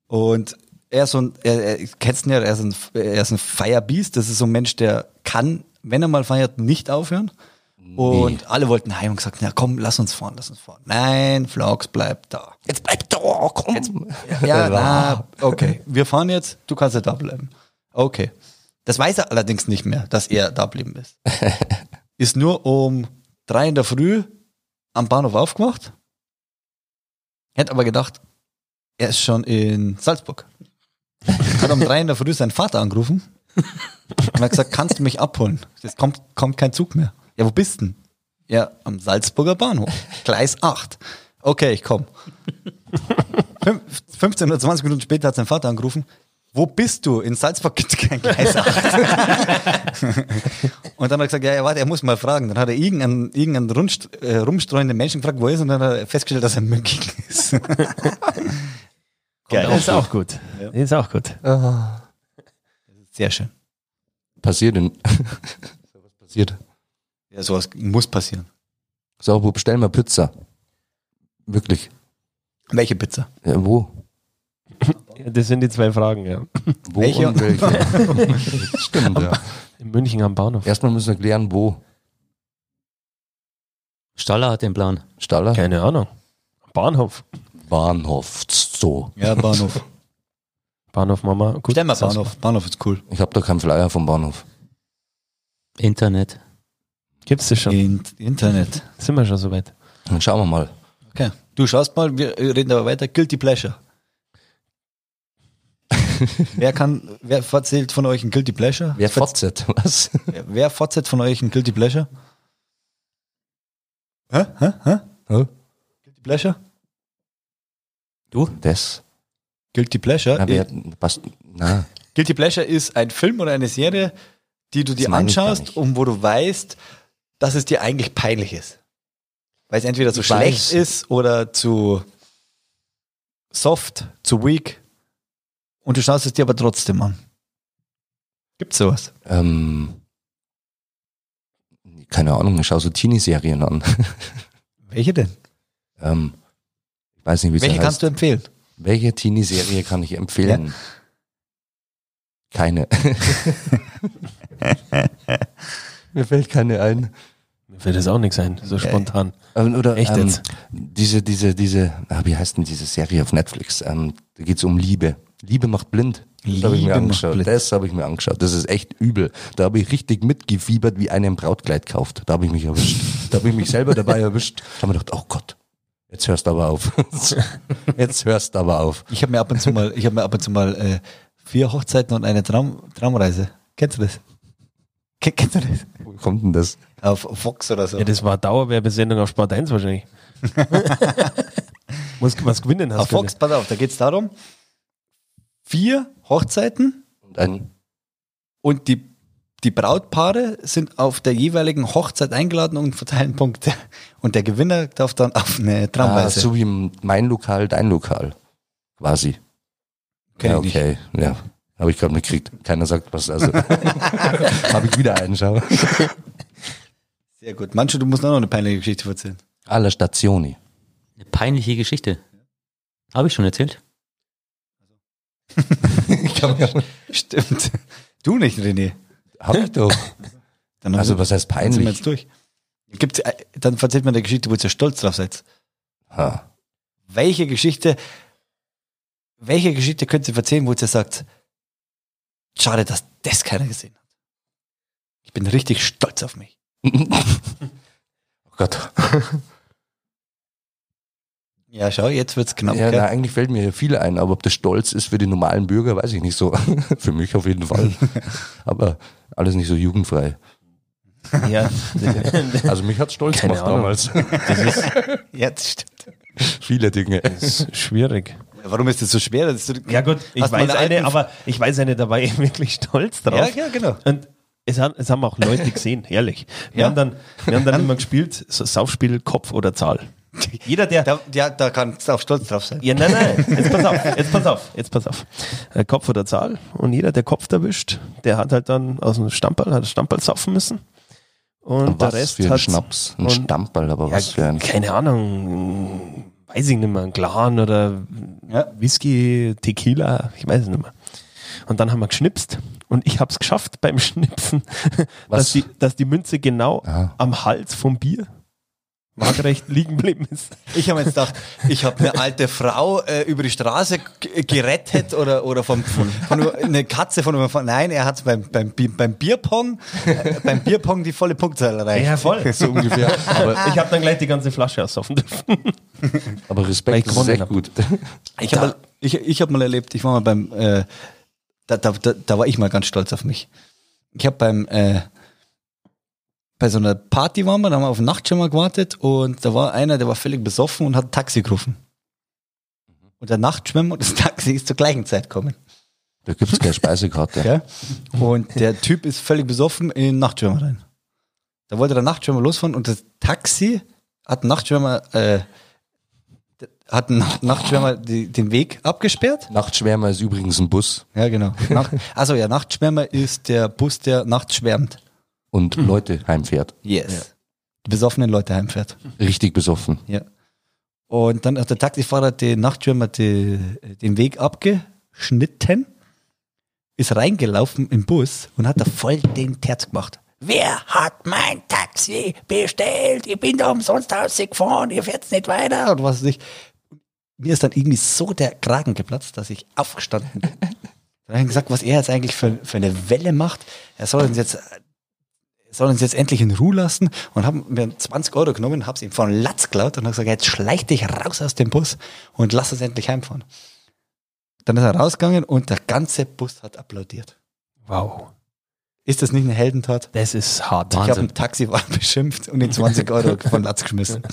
Speaker 1: Und er ist so ein, er, er ich kenn's ihn ja, er ist ein, er ist ein Firebeast. Das ist so ein Mensch, der kann, wenn er mal feiert, nicht aufhören. Und alle wollten heim und gesagt, na komm, lass uns fahren, lass uns fahren. Nein, Flox bleibt da.
Speaker 3: Jetzt bleib da, komm.
Speaker 1: Ja, na, okay. Wir fahren jetzt, du kannst ja da bleiben. Okay. Das weiß er allerdings nicht mehr, dass er da blieben <laughs> ist. ist nur um drei in der Früh am Bahnhof aufgemacht. Hätte aber gedacht, er ist schon in Salzburg. Hat um drei in der Früh seinen Vater angerufen und hat gesagt, kannst du mich abholen? Jetzt kommt, kommt kein Zug mehr. Ja, wo bist denn? Ja, am Salzburger Bahnhof, Gleis 8. Okay, ich komm. Fünf- 15 oder 20 Minuten später hat sein Vater angerufen. Wo bist du? In Salzburg gibt es kein Gleis 8. <laughs> und dann hat er gesagt, ja, ja, warte, er muss mal fragen. Dann hat er irgendeinen, irgendeinen rundst- äh, rumstreuenden Menschen gefragt, wo er ist, und dann hat er festgestellt, dass er in München ist. <laughs>
Speaker 4: Das ist <laughs> auch gut. Das Ist auch gut.
Speaker 1: Sehr schön.
Speaker 3: Passiert in. Sowas passiert.
Speaker 1: Ja, sowas muss passieren.
Speaker 3: So, wo bestellen wir Pizza? Wirklich.
Speaker 1: Welche Pizza?
Speaker 3: Ja, wo?
Speaker 4: Das sind die zwei Fragen, ja.
Speaker 3: Wo
Speaker 1: Welche?
Speaker 3: und
Speaker 1: <laughs>
Speaker 3: welche? Stimmt, ja.
Speaker 4: In München am Bahnhof.
Speaker 3: Erstmal müssen wir klären, wo.
Speaker 2: Staller hat den Plan.
Speaker 3: Staller?
Speaker 4: Keine Ahnung. Am Bahnhof.
Speaker 3: Bahnhof. So.
Speaker 1: Ja, Bahnhof.
Speaker 4: Bahnhof Mama. Gut.
Speaker 1: Stell mal
Speaker 4: Salzburg.
Speaker 1: Bahnhof. Bahnhof ist cool.
Speaker 3: Ich habe da keinen Flyer vom Bahnhof.
Speaker 2: Internet.
Speaker 4: Gibt's das schon?
Speaker 1: In, Internet.
Speaker 4: Sind wir schon soweit?
Speaker 3: Dann schauen wir mal.
Speaker 1: Okay. Du schaust mal, wir reden aber weiter. Guilty Pleasure. wer kann, wer verzählt von euch ein Guilty Pleasure?
Speaker 3: Wer fortsetzt? Was?
Speaker 1: Wer, wer fortsetzt von euch ein Guilty Pleasure? Hä? Hä? Hä?
Speaker 3: Hä?
Speaker 1: Guilty Pleasure?
Speaker 3: Du? Das?
Speaker 1: Guilty Pleasure?
Speaker 3: Na, wer,
Speaker 1: Äh,
Speaker 3: passt, na,
Speaker 1: Guilty Pleasure ist ein Film oder eine Serie, die du dir
Speaker 3: meine ich gar
Speaker 1: anschaust
Speaker 3: nicht.
Speaker 1: und wo du weißt, dass es dir eigentlich peinlich ist. Weil es entweder zu
Speaker 3: Ich
Speaker 1: schlecht
Speaker 3: weiß.
Speaker 1: ist oder zu soft, zu weak. Und du schaust es dir aber trotzdem an. Gibt's sowas?
Speaker 3: ähm, keine Ahnung, ich schaue so Teenie-Serien an.
Speaker 1: Welche denn?
Speaker 3: ähm, ich weiß nicht, wie es
Speaker 1: Welche
Speaker 3: heißt.
Speaker 1: kannst du empfehlen?
Speaker 3: Welche Teenie-Serie kann ich empfehlen?
Speaker 1: <laughs>
Speaker 3: Keine. <laughs> Mir fällt keine ein.
Speaker 4: Mir fällt das auch nichts ein, so spontan.
Speaker 3: Ähm, Oder
Speaker 4: Echt
Speaker 3: ähm,
Speaker 4: jetzt?
Speaker 3: diese, diese, diese, ah, wie heißt denn diese Serie auf Netflix? Ähm, da geht's um Liebe. Liebe macht blind. Das habe ich
Speaker 1: Liebe
Speaker 3: mir
Speaker 1: macht
Speaker 3: angeschaut.
Speaker 1: blind.
Speaker 3: Das habe ich mir angeschaut. Das ist echt übel. Da habe ich richtig mitgefiebert, wie einer ein Brautkleid kauft. Da habe ich mich erwischt. Da habe ich mich selber
Speaker 1: <laughs>
Speaker 3: dabei erwischt. Da habe ich gedacht, oh Gott, jetzt hörst du aber auf. <laughs> Jetzt hörst du aber auf.
Speaker 1: Ich habe mir ab und zu mal, ich habe mir ab und zu mal äh, vier Hochzeiten und eine Traum, Traumreise. Kennst du das? Ke- Kennst du das?
Speaker 3: Wo kommt denn das?
Speaker 1: Auf Fox oder so.
Speaker 4: Ja, das war Dauerwerbesendung auf Sport 1 <laughs> wahrscheinlich. Muss was gewinnen hast
Speaker 1: Auf
Speaker 4: du.
Speaker 1: Fox, pass auf, da geht es darum, vier Hochzeiten
Speaker 3: Und ein,
Speaker 1: und die, die Brautpaare sind auf der jeweiligen Hochzeit eingeladen und verteilen Punkte. Und der Gewinner darf dann auf eine
Speaker 3: ah,
Speaker 1: Tramweise.
Speaker 3: so wie im- mein Lokal, dein Lokal. Quasi.
Speaker 1: Kenn
Speaker 3: ja,
Speaker 1: ich nicht.
Speaker 3: okay. Ja. Habe ich gerade mitgekriegt. Keiner sagt
Speaker 4: <laughs>
Speaker 3: was. Also habe ich wieder einen, schau.
Speaker 1: Sehr gut. Manche, du musst auch noch eine peinliche Geschichte
Speaker 3: <laughs>
Speaker 1: erzählen.
Speaker 3: Alla Stazioni.
Speaker 2: Eine peinliche Geschichte. Habe ich schon erzählt?
Speaker 1: Stimmt. Du nicht, René.
Speaker 3: Hab ich doch.
Speaker 1: Dann
Speaker 3: Also was heißt
Speaker 1: dann sind wir
Speaker 3: peinlich?
Speaker 1: jetzt durch. Gibt's, äh, dann erzählt man eine Geschichte, wo ihr stolz drauf seid.
Speaker 3: Ha. <laughs>
Speaker 1: Welche Geschichte, welche Geschichte könnt ihr erzählen, wo ihr sagt, schade, dass das keiner gesehen hat. Ich bin richtig stolz auf mich.
Speaker 3: oh Gott.
Speaker 1: Ja, schau, jetzt wird's knapp.
Speaker 3: Ja,
Speaker 1: gell?
Speaker 3: na, eigentlich fällt mir hier viel ein, aber ob das stolz ist für die normalen Bürger, weiß ich nicht so. <laughs> für mich auf
Speaker 4: <laughs>
Speaker 3: jeden Fall. aber alles nicht so jugendfrei.
Speaker 4: Ja. <laughs>
Speaker 3: Also mich hat stolz
Speaker 4: Keine
Speaker 3: gemacht
Speaker 4: Ahnung.
Speaker 3: damals. <laughs>
Speaker 1: Jetzt stimmt.
Speaker 3: Viele Dinge.
Speaker 4: Das ist schwierig.
Speaker 1: Warum ist das so schwer? Das ist so-
Speaker 4: Ja gut, ich
Speaker 1: Hast du
Speaker 4: weiß
Speaker 1: meine
Speaker 4: eine,
Speaker 1: alten-
Speaker 4: <laughs> aber ich weiß eine, da war ich wirklich stolz drauf.
Speaker 1: Ja, ja, genau.
Speaker 4: Und es haben, es haben auch Leute gesehen, ehrlich. Wir
Speaker 1: Ja.
Speaker 4: haben dann, wir haben dann immer gespielt, so Saufspiel, Kopf oder Zahl. Jeder, der.
Speaker 1: Da, ja, da kannst du auch stolz drauf sein.
Speaker 4: Ja, nein, nein, jetzt pass auf, jetzt pass auf, jetzt pass auf. Äh, Kopf oder Zahl. Und jeder, der Kopf erwischt, der hat halt dann aus dem Stamperl, hat das Stamperl saufen müssen. Und
Speaker 3: was
Speaker 4: der Rest
Speaker 3: für ein
Speaker 4: hat.
Speaker 3: Schnaps, ein
Speaker 4: und-
Speaker 3: Stamperl, aber was für ein.
Speaker 4: Keine Ahnung, weiß ich nicht mehr, ein Glan oder
Speaker 1: Ja.
Speaker 4: Whisky, Tequila, ich weiß es nicht mehr. Und dann haben wir geschnipst und ich habe es geschafft beim <laughs> Schnipsen, dass
Speaker 3: Was?
Speaker 4: die, dass die Münze genau
Speaker 3: Ah.
Speaker 4: am Hals vom Bier waagerecht liegen geblieben ist.
Speaker 1: Ich habe mir jetzt gedacht, ich habe eine alte Frau äh, über die Straße g- gerettet oder, oder vom, von, von eine Katze von überfahren. Nein, er hat beim, beim, Bi- beim Bierpong, äh, beim Bierpong die volle Punktzahl erreicht.
Speaker 4: voll.
Speaker 3: So ungefähr. aber,
Speaker 4: Ich habe dann gleich die ganze Flasche aussaufen dürfen.
Speaker 3: aber
Speaker 4: Weil ich
Speaker 3: Respekt, das ist
Speaker 4: gewonnen
Speaker 3: echt
Speaker 4: hab.
Speaker 3: gut. <laughs>
Speaker 1: Ich habe mal, ich, ich hab mal erlebt, ich war mal beim, äh, da, da, da, da war ich mal ganz stolz auf mich. Ich habe beim, äh, bei so einer Party waren wir, da haben wir auf den Nachtschirmer gewartet und da war einer, der war völlig besoffen und hat ein Taxi gerufen. Und der Nachtschwimmer und das Taxi ist zur gleichen Zeit gekommen.
Speaker 3: Da gibt's keine Speisekarte.
Speaker 1: Gell? Und der Typ ist völlig besoffen in den Nachtschwimmer rein. Da wollte der Nachtschwimmer losfahren und das Taxi hat den Nachtschwimmer, äh, d- hat den Nacht- Nachtschwimmer die, den Weg abgesperrt.
Speaker 3: Nachtschwärmer ist übrigens ein Bus.
Speaker 1: Ja, genau. Nacht, also ja, Nachtschwärmer ist der Bus, der nachts schwärmt.
Speaker 3: Und Leute heimfährt.
Speaker 1: Yes. Die besoffenen Leute heimfährt.
Speaker 3: Richtig besoffen.
Speaker 1: Ja. Und dann hat der Taxifahrer den Nachtschwärmer die, den Weg abgeschnitten, ist reingelaufen im Bus und hat da voll den Terz gemacht. Wer hat mein Taxi bestellt? Ich bin da umsonst rausgefahren, ihr fährt's nicht weiter und was weiß ich. Mir ist dann irgendwie so der Kragen geplatzt, dass ich aufgestanden bin. <laughs> Dann habe ich gesagt, was er jetzt eigentlich für, für eine Welle macht. Er soll uns jetzt soll uns jetzt endlich in Ruhe lassen und haben mir 20 Euro genommen, hab's ihm von Latz geklaut und hab gesagt, jetzt schleich dich raus aus dem Bus und lass uns endlich heimfahren. Dann ist er rausgegangen und der ganze Bus hat applaudiert.
Speaker 4: Wow.
Speaker 1: Ist das nicht eine Heldentat?
Speaker 4: Das ist hart.
Speaker 1: Ich habe
Speaker 2: Wahnsinn.
Speaker 1: einen Taxifahrer <laughs> beschimpft und ihn 20 Euro von Latz geschmissen.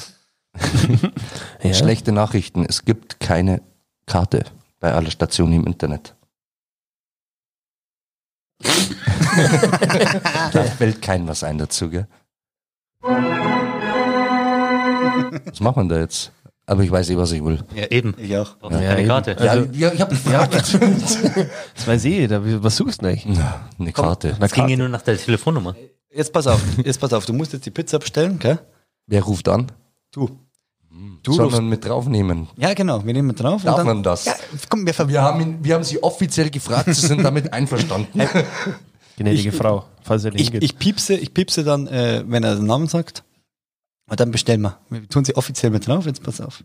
Speaker 4: Ja.
Speaker 3: Schlechte Nachrichten. Es gibt keine Karte bei aller Stationen im Internet. da fällt kein was ein dazu, gell? Was macht man da jetzt? Aber ich weiß eh, was ich will.
Speaker 2: Ja, eben.
Speaker 1: Ich auch.
Speaker 2: Brauchst
Speaker 4: Ja,
Speaker 2: keine
Speaker 4: eben.
Speaker 2: Karte.
Speaker 4: Ja, Also-
Speaker 3: ich habe gefragt.
Speaker 4: Das weiß ich, da, was suchst du eigentlich?
Speaker 3: <laughs> Na, Eine Karte.
Speaker 2: das ging ja nur nach der Telefonnummer.
Speaker 1: Jetzt pass auf, jetzt pass auf, du musst jetzt die Pizza bestellen, gell?
Speaker 3: Wer ruft an?
Speaker 1: Du.
Speaker 3: Du Soll man mit draufnehmen?
Speaker 1: Ja, genau, wir nehmen drauf.
Speaker 3: Darf
Speaker 1: und dann,
Speaker 3: man das?
Speaker 1: Ja, komm, wir, ver
Speaker 3: Wir haben, ihn, wir haben sie offiziell gefragt, sie sind damit <laughs> einverstanden.
Speaker 4: Gnädige Frau, falls er
Speaker 1: ich, ich piepse, ich piepse dann, äh, wenn er den Namen sagt. Und dann bestellen wir. Wir tun sie offiziell mit drauf, jetzt pass auf.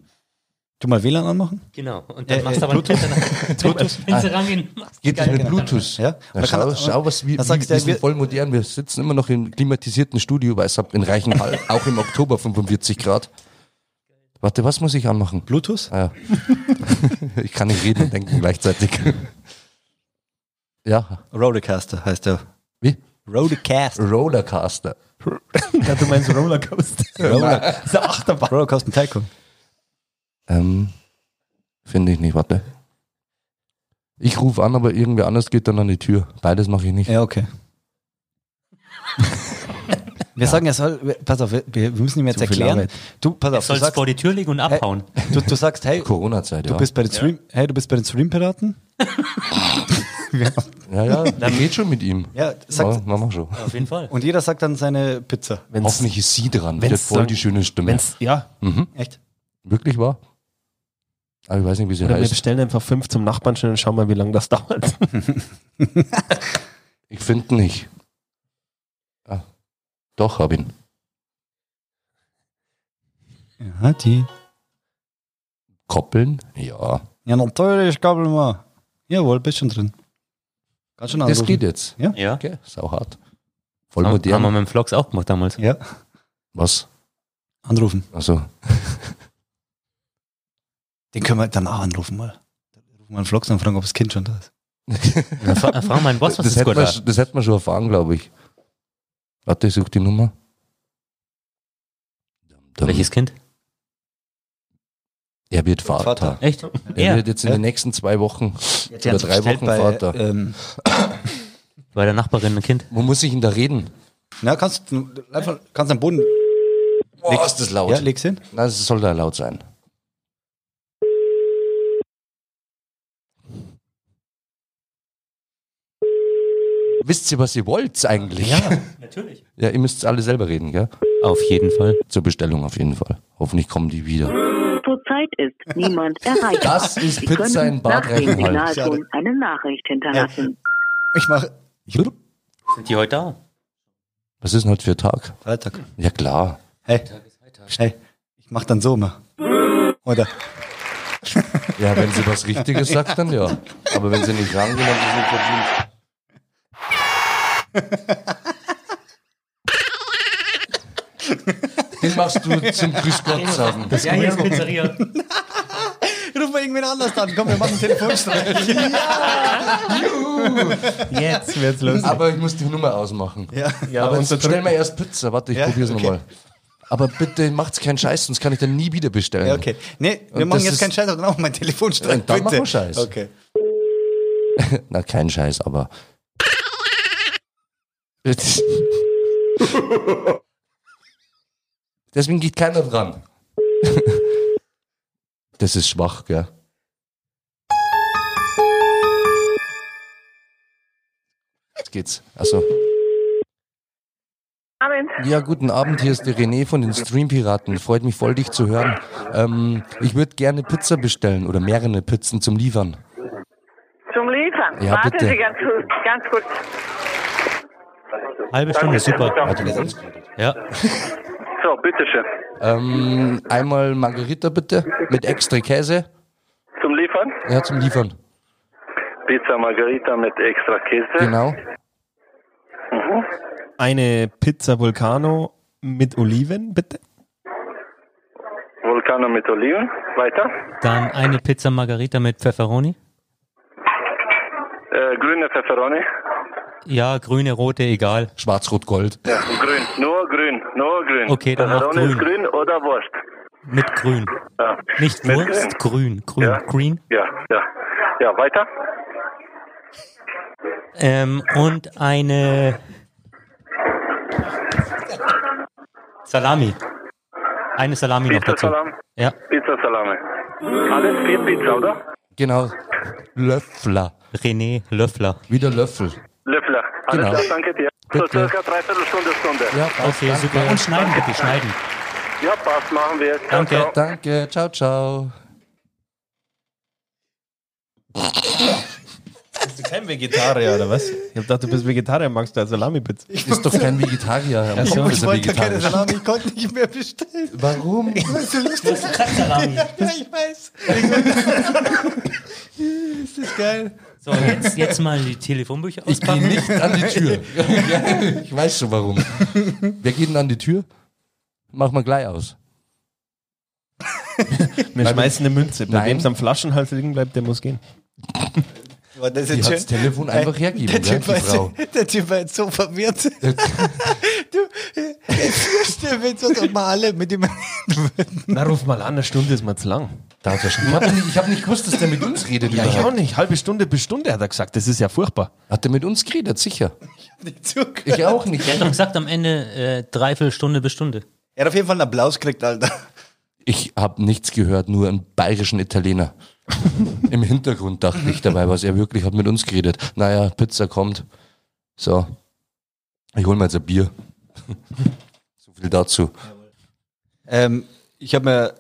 Speaker 1: Tu mal WLAN anmachen.
Speaker 2: Genau. Und dann
Speaker 1: Äh,
Speaker 2: machst
Speaker 1: äh,
Speaker 2: du aber einen
Speaker 3: <laughs>
Speaker 2: Filter nach. Bluetooth. Pinsel rangehen.
Speaker 3: Ah. Geht das mit Bluetooth?
Speaker 1: genau. Ja.
Speaker 3: Na,
Speaker 1: Man kann
Speaker 3: schau,
Speaker 1: auch-
Speaker 3: schau, was wir,
Speaker 1: Dann
Speaker 3: wir,
Speaker 1: sagst du,
Speaker 3: wir sind
Speaker 1: wir-
Speaker 3: voll modern. Wir sitzen immer noch im klimatisierten Studio, weil es hat
Speaker 1: <laughs>
Speaker 3: in Reichenhall auch im Oktober 45 Grad. Warte, was muss ich anmachen?
Speaker 1: Bluetooth?
Speaker 3: Ah, ja. <laughs> ich kann nicht reden und denken gleichzeitig. ja,
Speaker 1: Rodecaster heißt er.
Speaker 3: wie?
Speaker 1: Rodecaster.
Speaker 3: Rollercaster.
Speaker 4: ja, du meinst Rollercoaster.
Speaker 1: Roller,
Speaker 4: <laughs> Das ist eine Achterbahn.
Speaker 1: Rollercoaster Tycoon.
Speaker 3: Ähm, Finde ich nicht, warte. Ich rufe an, aber irgendwer anders geht dann an die Tür. Beides mache ich nicht.
Speaker 1: Ja, okay. Wir sagen, er soll, wir- pass auf, wir, wir müssen ihm jetzt
Speaker 4: Zu viel
Speaker 1: erklären.
Speaker 4: Arbeit.
Speaker 1: Du, pass auf, du
Speaker 2: Sollst vor
Speaker 1: sagst,
Speaker 2: die Tür legen und abhauen.
Speaker 1: du, du sagst, hey,
Speaker 3: Corona-Zeit, ja.
Speaker 1: Äh, du bist bei den Stream, hey, du bist bei den Stream-Piraten.
Speaker 3: ja, ja, dann geht schon mit ihm.
Speaker 1: Ja,
Speaker 3: Ja,
Speaker 1: sagt,
Speaker 3: na, mach schon.
Speaker 2: Auf jeden Fall.
Speaker 1: und jeder sagt dann seine Pizza.
Speaker 4: Wenn's,
Speaker 3: Hoffentlich ist sie dran. Die
Speaker 4: wenn's
Speaker 3: hat voll
Speaker 4: sagen-
Speaker 3: die schöne Stimme. Mhm.
Speaker 4: wenn's, ja,
Speaker 1: Echt?
Speaker 3: Wirklich wahr? Aber ich weiß nicht, wie sie
Speaker 4: oder wir
Speaker 3: heißt.
Speaker 4: bestellen einfach fünf zum Nachbarn schnell und schauen mal, wie lange das dauert.
Speaker 3: Ich finde nicht. Ah, doch, hab ihn.
Speaker 1: Ja, die.
Speaker 3: Koppeln? Ja.
Speaker 1: Ja, natürlich, Gabel mal. Jawohl, bist schon drin. Kannst schon anrufen.
Speaker 3: Das geht jetzt.
Speaker 2: Ja.
Speaker 3: Okay, sau hart. Voll
Speaker 2: Haben, haben wir
Speaker 3: modern.
Speaker 2: mit dem Vlogs auch gemacht damals.
Speaker 1: Ja,
Speaker 3: Was?
Speaker 1: anrufen.
Speaker 3: Also, <laughs>
Speaker 1: Den können wir dann auch anrufen mal. Rufen wir einen Vlogs an und fragen, ob das Kind schon da ist.
Speaker 2: Ja. Fra äh, frag meinen Boss, was
Speaker 3: das,
Speaker 2: ist
Speaker 3: hätten
Speaker 2: gut
Speaker 3: wir,
Speaker 2: da?
Speaker 3: sch- das hätten wir schon erfahren, glaube ich. Warte, ich such die Nummer.
Speaker 2: Welches Kind?
Speaker 3: Er wird Vater.
Speaker 1: Vater.
Speaker 2: Echt?
Speaker 3: Er
Speaker 2: Er?
Speaker 3: wird jetzt in den nächsten zwei Wochen oder drei Wochen Vater.
Speaker 1: Ähm,
Speaker 2: Bei der Nachbarin ein Kind.
Speaker 3: Wo muss ich denn da reden?
Speaker 1: Na, kannst du einfach, kannst am Boden.
Speaker 3: Boah, ist das laut.
Speaker 1: Ja, leg's hin.
Speaker 3: Na, das soll da laut sein. Wisst ihr, was ihr wollt eigentlich? Ja,
Speaker 2: Natürlich.
Speaker 3: <laughs> ja ihr müsst alle selber reden, gell?
Speaker 2: Auf jeden Fall.
Speaker 3: Zur Bestellung auf jeden Fall. Hoffentlich kommen die wieder.
Speaker 5: Zurzeit ist niemand erreichbar.
Speaker 3: Das ist
Speaker 5: Sie
Speaker 3: Pizza
Speaker 5: können
Speaker 3: in Bad
Speaker 5: nach dem
Speaker 3: Reichenhall.
Speaker 5: Signalton eine Nachricht hinterlassen.
Speaker 1: Ich mache
Speaker 2: Sind die heute da?
Speaker 3: Was ist denn heute für ein Tag?
Speaker 1: Freitag.
Speaker 3: Ja, klar.
Speaker 1: Hey. Hey. Ich mach dann so mal. Oder?
Speaker 3: Ja, wenn sie was Richtiges sagt, dann ja. Aber wenn sie nicht rangehen, dann ist es nicht verdient. Den machst du zum Grüß Gott sagen.
Speaker 2: Ja, hier ist Pizzeria.
Speaker 1: Ruf mal irgendwen anders an. Komm, wir machen
Speaker 3: <laughs>
Speaker 1: Telefonstreich.
Speaker 2: Jetzt.
Speaker 4: <laughs>
Speaker 1: wird's los.
Speaker 3: Aber ich muss die Nummer ausmachen.
Speaker 1: Ja.
Speaker 3: Aber jetzt bestellen wir erst Pizza. Warte, ich
Speaker 1: Ja,
Speaker 3: probier's
Speaker 1: okay.
Speaker 3: nochmal. Aber bitte macht's keinen Scheiß, sonst kann ich dann nie wieder bestellen.
Speaker 1: Ja, okay. Nee, wir
Speaker 3: Und
Speaker 1: machen
Speaker 3: das
Speaker 1: jetzt
Speaker 3: ist-
Speaker 1: keinen Scheiß, aber dann auch mein Telefonstreich.
Speaker 3: Und dann
Speaker 1: bitte.
Speaker 3: machen wir Scheiß.
Speaker 1: Okay.
Speaker 3: Na, kein Scheiß, aber. <laughs> Deswegen geht keiner dran. <laughs> Das ist schwach, gell? Jetzt geht's. Achso.
Speaker 6: Amen.
Speaker 3: Ja, guten Abend. Hier ist der René von den Streampiraten. Freut mich voll, dich zu hören. Ähm, ich würde gerne Pizza bestellen oder mehrere Pizzen zum Liefern.
Speaker 6: Zum Liefern.
Speaker 3: Ja,
Speaker 6: Warten
Speaker 3: bitte.
Speaker 6: Sie ganz, kurz- ganz kurz.
Speaker 2: Halbe Stunde, super.
Speaker 3: Warte, mal.
Speaker 2: Ja.
Speaker 7: So, bitteschön.
Speaker 3: Ähm, einmal Margarita bitte mit extra Käse.
Speaker 7: Zum Liefern?
Speaker 3: Ja, zum Liefern.
Speaker 7: Pizza Margarita mit extra Käse. Mhm.
Speaker 3: Genau.
Speaker 4: Eine Pizza Vulcano mit Oliven, bitte.
Speaker 7: Vulcano mit Oliven. Weiter.
Speaker 2: Dann eine Pizza Margarita mit Pfefferoni.
Speaker 7: Äh, grüne Pfefferoni.
Speaker 2: Ja, grüne, rote, egal.
Speaker 3: Schwarz-Rot-Gold.
Speaker 7: Grün. Nur grün. Nur grün.
Speaker 2: Okay, dann mach
Speaker 7: Pepperoni ist
Speaker 2: grün.
Speaker 7: grün oder Wurst?
Speaker 2: Mit grün.
Speaker 7: Ja.
Speaker 2: Nicht
Speaker 7: Mit
Speaker 2: Wurst, grün. Grün.
Speaker 7: Ja.
Speaker 2: Green.
Speaker 7: Ja, ja. Ja, weiter.
Speaker 2: Ähm, und eine Salami. Eine Salami noch
Speaker 7: Pizza
Speaker 2: dazu.
Speaker 7: Salami.
Speaker 2: Ja,
Speaker 7: Pizza Salami. Alles vier Pizza, oder?
Speaker 3: Genau. Löffler.
Speaker 2: René Löffler.
Speaker 3: Wieder Löffel.
Speaker 7: Löffler. Alles
Speaker 3: Genau.
Speaker 7: klar, danke dir. So
Speaker 3: Bitte.
Speaker 7: circa dreiviertel Stunde, Stunde. Ja,
Speaker 3: Ja, passt.
Speaker 2: Okay, super. Und schneiden bitte, schneiden.
Speaker 7: passt, machen wir. Ciao,
Speaker 2: Danke.
Speaker 7: ciao.
Speaker 3: Danke. Ciao, ciao.
Speaker 4: Bist du kein Vegetarier oder was? Ich hab gedacht, du bist Vegetarier, magst du also Salami-Pizza.
Speaker 3: Ist doch kein Vegetarier. Am
Speaker 4: so,
Speaker 3: Kopf ist
Speaker 1: Ich
Speaker 3: er
Speaker 1: wollte keine
Speaker 3: vegetarisch.
Speaker 1: Salami, ich konnte nicht mehr bestellen.
Speaker 3: Warum?
Speaker 2: Salami.
Speaker 1: ich weiß. ist das geil?
Speaker 2: So, jetzt, jetzt mal die Telefonbücher
Speaker 3: Ich gehe
Speaker 2: auspacken.
Speaker 3: nicht an die Tür. Ja, <laughs> ich weiß schon warum. Wer geht denn an die Tür? Mach mal gleich aus.
Speaker 4: Wir schmeißen eine Münze. Bei
Speaker 3: Nein.
Speaker 4: wem es am Flaschenhals liegen bleibt, der muss gehen.
Speaker 1: Boah, das
Speaker 3: Die
Speaker 1: ist
Speaker 3: hat
Speaker 1: schön. Äh,
Speaker 3: das Telefon einfach hergeben,
Speaker 1: Der
Speaker 3: gell,
Speaker 1: typ,
Speaker 3: die
Speaker 1: war jetzt,
Speaker 3: Frau.
Speaker 1: <laughs> der typ war jetzt so
Speaker 3: <laughs>
Speaker 1: verwirrt. du, äh, vier Stimmen, so doch mal alle mit dem.
Speaker 4: Na, ruf mal an, eine Stunde ist mal zu lang.
Speaker 3: Da hat er schon- Ich habe nicht, ich hab nicht gewusst, dass der mit uns redet.
Speaker 4: Ja, ich auch
Speaker 3: überhaupt.
Speaker 4: nicht. Halbe Stunde bis Stunde hat er gesagt. Das ist ja furchtbar.
Speaker 3: Hat er mit uns geredet, sicher.
Speaker 1: nicht zugehört.
Speaker 3: Ich auch nicht.
Speaker 2: Ich hab gesagt, am Ende äh, dreiviertel Stunde bis Stunde.
Speaker 1: Er hat auf jeden Fall einen Applaus gekriegt, Alter.
Speaker 3: Ich habe nichts gehört, nur einen bayerischen Italiener. Im Hintergrund dachte ich dabei, was er wirklich hat mit uns geredet. Naja, Pizza kommt. So. Ich hole mir jetzt ein Bier. so viel dazu.
Speaker 1: Ähm, ich habe mir.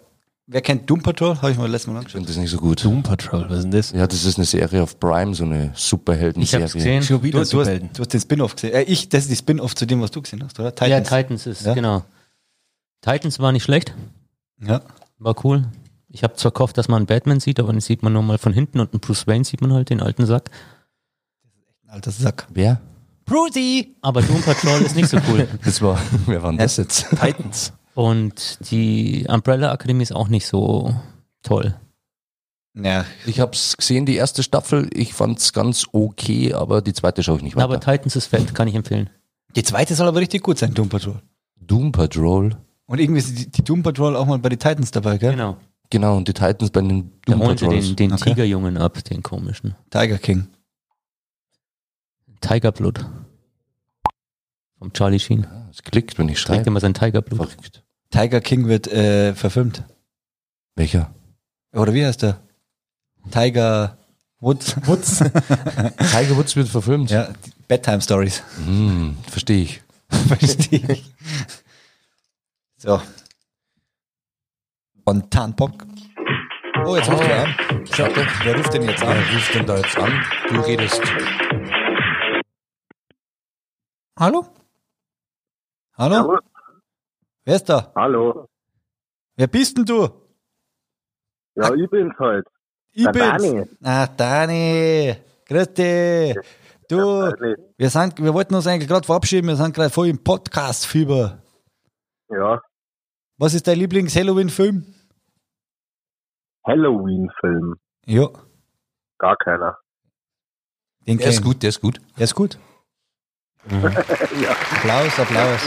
Speaker 1: Wer kennt Doom Patrol? Habe ich mir letztes Mal
Speaker 3: Ich
Speaker 1: angeschaut.
Speaker 3: finde das nicht so gut.
Speaker 4: Doom Patrol, was ist denn das?
Speaker 3: Ja, das ist eine Serie auf Prime, so eine
Speaker 2: Ich
Speaker 3: Superhelden-Serie.
Speaker 2: hab's gesehen.
Speaker 4: Schon
Speaker 1: Du,
Speaker 4: wieder
Speaker 1: du, hast,
Speaker 4: Superhelden.
Speaker 1: du hast den Spin-off gesehen. Äh, ich, das ist die Spin-off zu dem, was du gesehen hast, oder?
Speaker 2: Ja,
Speaker 1: Titans.
Speaker 2: Titans ist,
Speaker 1: Ja?
Speaker 2: genau. Titans war nicht schlecht,
Speaker 1: Ja.
Speaker 2: war cool. Ich habe zwar gehofft, dass man einen Batman sieht, aber den sieht man nur mal von hinten und einen Bruce Wayne sieht man halt, den alten Sack.
Speaker 1: Alter Sack.
Speaker 3: Wer?
Speaker 2: Brucey! Aber Doom Patrol ist nicht so
Speaker 3: <laughs>
Speaker 2: cool.
Speaker 3: Das war, wer war denn das jetzt?
Speaker 4: Titans.
Speaker 2: Und die Umbrella Academy ist auch nicht so toll.
Speaker 1: Ja,
Speaker 3: Ich hab's gesehen, die erste Staffel. Ich fand's ganz okay, aber die zweite schaue ich nicht
Speaker 2: Aber
Speaker 3: weiter.
Speaker 2: Titans ist fett, kann ich empfehlen.
Speaker 1: Die zweite soll aber richtig gut sein, Doom Patrol.
Speaker 3: Doom Patrol.
Speaker 1: Und irgendwie ist die, die Doom Patrol auch mal bei den Titans dabei, gell?
Speaker 2: Genau.
Speaker 3: Genau, und die Titans bei den
Speaker 2: Da
Speaker 3: Doom
Speaker 2: holen sie
Speaker 3: Patrols.
Speaker 2: den, den
Speaker 1: Okay.
Speaker 2: Tigerjungen ab, den komischen.
Speaker 1: Tiger King.
Speaker 2: Tigerblut. Vom Charlie Sheen.
Speaker 3: Es klickt, wenn ich
Speaker 2: Trägt
Speaker 3: schreibe.
Speaker 2: immer sein Tigerblut.
Speaker 3: Verrückt.
Speaker 1: Tiger King wird äh, verfilmt.
Speaker 3: Welcher?
Speaker 1: Oder wie heißt der? Tiger Woods. Woods.
Speaker 3: Tiger Woods wird verfilmt.
Speaker 1: <laughs> ja, die Bedtime Stories.
Speaker 3: Hm, verstehe ich.
Speaker 1: <laughs> Verstehe ich. So. Spontanbock. Oh, jetzt ruft er an.
Speaker 3: Schade.
Speaker 1: Wer ruft denn jetzt an?
Speaker 3: Wer ruft denn da jetzt an? Du redest.
Speaker 1: Hallo? Hallo? Wer ist da?
Speaker 7: Hallo.
Speaker 1: Wer bist denn du?
Speaker 7: Ja, ich bin's halt.
Speaker 1: Ich
Speaker 7: Der
Speaker 1: bin's.
Speaker 7: Dani.
Speaker 1: Ach, Dani. Grüß dich. Du, wir, sind, wir wollten uns eigentlich gerade verabschieden. Wir sind gerade voll im Podcast-Fieber.
Speaker 7: Ja,
Speaker 1: Was ist dein Lieblings-Halloween-Film?
Speaker 7: Halloween-Film.
Speaker 1: Ja,
Speaker 7: Gar keiner.
Speaker 1: den
Speaker 3: Der ist
Speaker 1: kenn-
Speaker 3: gut, der ist gut.
Speaker 1: Der ist gut. Mhm. Applaus, Applaus.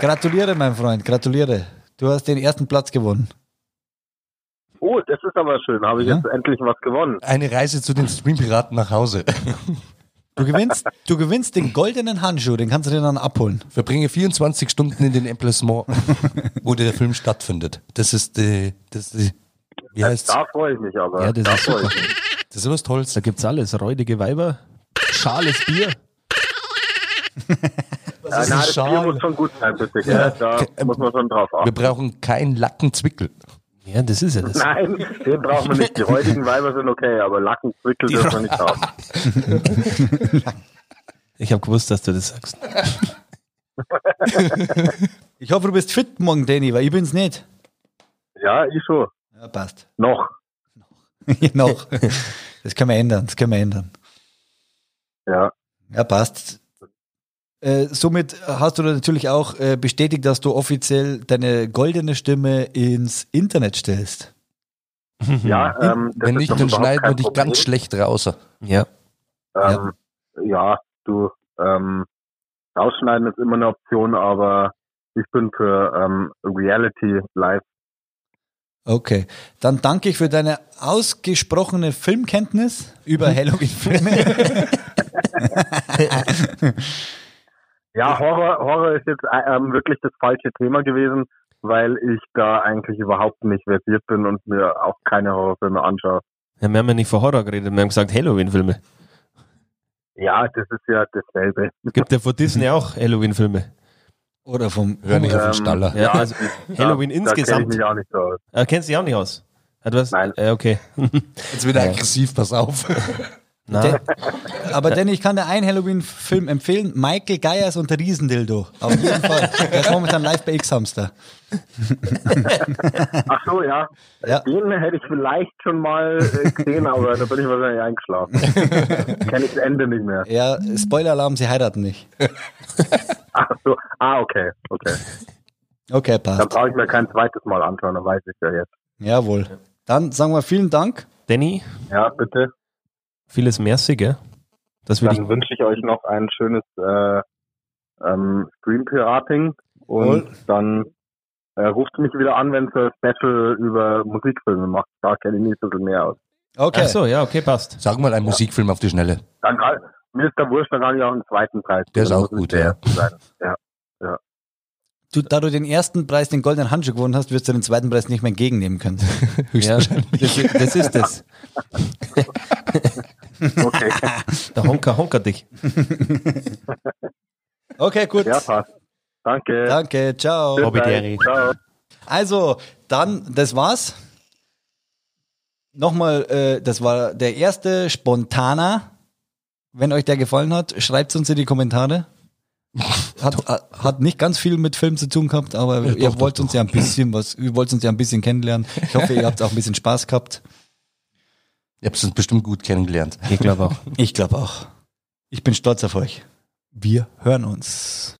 Speaker 1: Gratuliere, mein Freund, gratuliere. Du hast den ersten Platz gewonnen.
Speaker 7: Oh, das ist aber schön. Habe ich
Speaker 1: Ja?
Speaker 7: jetzt endlich was gewonnen.
Speaker 3: Eine Reise zu den Streampiraten nach Hause.
Speaker 1: Du gewinnst, du gewinnst den goldenen Handschuh, den kannst du dir dann abholen.
Speaker 3: <laughs> Verbringe 24 Stunden in den Emplacement, wo der Film stattfindet. Das ist die, das ist die, wie heißt's?
Speaker 7: Da freue ich mich aber.
Speaker 4: Ja, das
Speaker 7: da
Speaker 4: ist
Speaker 7: freue
Speaker 4: super.
Speaker 7: ich mich.
Speaker 3: Das ist was Tolles.
Speaker 4: Da gibt's alles. Räudige Weiber, schales Bier.
Speaker 7: Ja,
Speaker 3: ist
Speaker 7: na,
Speaker 3: ein
Speaker 7: Äh, das Spiel
Speaker 3: Schal.
Speaker 7: muss schon gut sein, bitte. Ja, da
Speaker 3: Ke- ähm,
Speaker 7: muss man schon drauf
Speaker 3: Wir
Speaker 7: achten.
Speaker 3: brauchen keinen Lackenzwickel.
Speaker 4: Ja, das ist ja das.
Speaker 7: Nein, den brauchen wir
Speaker 3: <laughs>
Speaker 7: nicht. Die heutigen Weiber sind okay, aber Lackenzwickel dürfen wir nicht haben.
Speaker 4: Ich habe gewusst, dass du das sagst.
Speaker 1: Ich hoffe, du bist fit morgen, Danny, weil ich bin's nicht.
Speaker 7: Ja, ich schon.
Speaker 1: Ja, passt.
Speaker 7: Noch.
Speaker 1: <laughs> Noch. Das können wir ändern, das können wir ändern.
Speaker 7: Ja.
Speaker 1: Ja, passt. Äh, somit hast du natürlich auch äh, bestätigt, dass du offiziell deine goldene Stimme ins Internet stellst.
Speaker 7: Ja, ähm, das
Speaker 3: Mhm. Wenn
Speaker 7: ist
Speaker 3: nicht,
Speaker 7: doch
Speaker 3: dann
Speaker 7: überhaupt
Speaker 3: schneiden wir
Speaker 7: kein
Speaker 3: dich
Speaker 7: Problem.
Speaker 3: ganz schlecht raus.
Speaker 4: Ja.
Speaker 7: Ähm, ja. du, ähm, rausschneiden ist immer eine Option, aber ich bin für ähm, Reality Live.
Speaker 1: Okay, dann danke ich für deine ausgesprochene Filmkenntnis über Halloween-Filme.
Speaker 7: Ja, Horror, Horror ist jetzt äh, ähm, wirklich das falsche Thema gewesen, weil ich da eigentlich überhaupt nicht versiert bin und mir auch keine Horrorfilme anschaue.
Speaker 4: ja. Wir haben ja nicht von Horror geredet, wir haben gesagt Halloween-Filme.
Speaker 7: Ja, das ist ja dasselbe. <laughs>
Speaker 4: Gibt ja von Disney auch Halloween-Filme.
Speaker 1: Oder vom
Speaker 3: Hör nicht auf
Speaker 7: Ähm,
Speaker 3: den Staller.
Speaker 4: Ja, also Halloween
Speaker 7: da, Da kenn
Speaker 4: insgesamt.
Speaker 7: ich mich auch nicht so aus.
Speaker 4: Äh, kennst du dich auch nicht aus? Etwas?
Speaker 7: Nein.
Speaker 4: Äh, okay.
Speaker 3: Jetzt wieder aggressiv, pass auf.
Speaker 7: <laughs>
Speaker 4: Nein.
Speaker 1: Oh, Aber denn ich kann dir einen Halloween-Film empfehlen: Michael Geiers und der Riesendildo. Auf jeden Fall. Der ist momentan live bei X-Hamster.
Speaker 7: Ach so, ja.
Speaker 1: Ja.
Speaker 7: Den hätte ich vielleicht schon mal
Speaker 4: <laughs>
Speaker 7: äh, gesehen, aber da bin ich wahrscheinlich eingeschlafen. Kenne ich das Ende nicht mehr.
Speaker 1: Ja, Spoiler-Alarm: sie heiraten nicht.
Speaker 7: Ach so, ah, okay, okay.
Speaker 1: Okay,
Speaker 7: Dann
Speaker 1: passt.
Speaker 7: brauche ich mir kein zweites Mal anschauen, dann weiß ich ja jetzt.
Speaker 1: Jawohl. Dann sagen wir vielen Dank.
Speaker 4: Danny,
Speaker 7: Ja, bitte.
Speaker 4: vieles merci, gell? Dass wir dich
Speaker 7: Dann wünsche ich euch noch ein schönes äh, ähm, Stream-Pirating und
Speaker 1: Jawohl.
Speaker 7: dann äh, ruft mich wieder an, wenn ihr Special über Musikfilme macht. Da kenne ich mich ein bisschen mehr aus.
Speaker 1: Okay.
Speaker 4: Ach so, ja, okay, passt.
Speaker 3: Sag mal einen Musikfilm auf die Schnelle.
Speaker 7: Dann kann, mir ist der Wurscht, dann kann ich auch einen zweiten Preis.
Speaker 3: Der ist
Speaker 7: gewinnen.
Speaker 3: auch
Speaker 7: Das muss
Speaker 3: gut,
Speaker 7: der
Speaker 3: ja. <laughs>
Speaker 7: erste sein. ja.
Speaker 1: Du, da du den ersten Preis, den goldenen Handschuh gewonnen hast, wirst du den zweiten Preis nicht mehr entgegennehmen können.
Speaker 4: Ja, das, i- das ist es.
Speaker 7: Okay,
Speaker 4: Der Honker honker dich.
Speaker 1: Okay, gut.
Speaker 7: ja, passt. Danke.
Speaker 1: Danke, ciao.
Speaker 7: Bis
Speaker 2: Hobbideri.
Speaker 7: dann. Ciao.
Speaker 1: Also, dann, das war's. Nochmal, äh, das war der erste Spontaner. Wenn euch der gefallen hat, schreibt uns in die Kommentare.
Speaker 3: <laughs>
Speaker 1: Hat, a- hat nicht ganz viel mit Film zu tun gehabt, aber ihr
Speaker 3: doch,
Speaker 1: wollt
Speaker 3: doch,
Speaker 1: uns ja ein bisschen was, ihr wollt uns ja ein bisschen kennenlernen. Ich hoffe, ihr habt auch ein bisschen Spaß gehabt.
Speaker 3: Ihr habt es bestimmt gut kennengelernt.
Speaker 4: Ich glaube auch.
Speaker 1: Ich glaube auch. Ich bin stolz auf euch. Wir hören uns.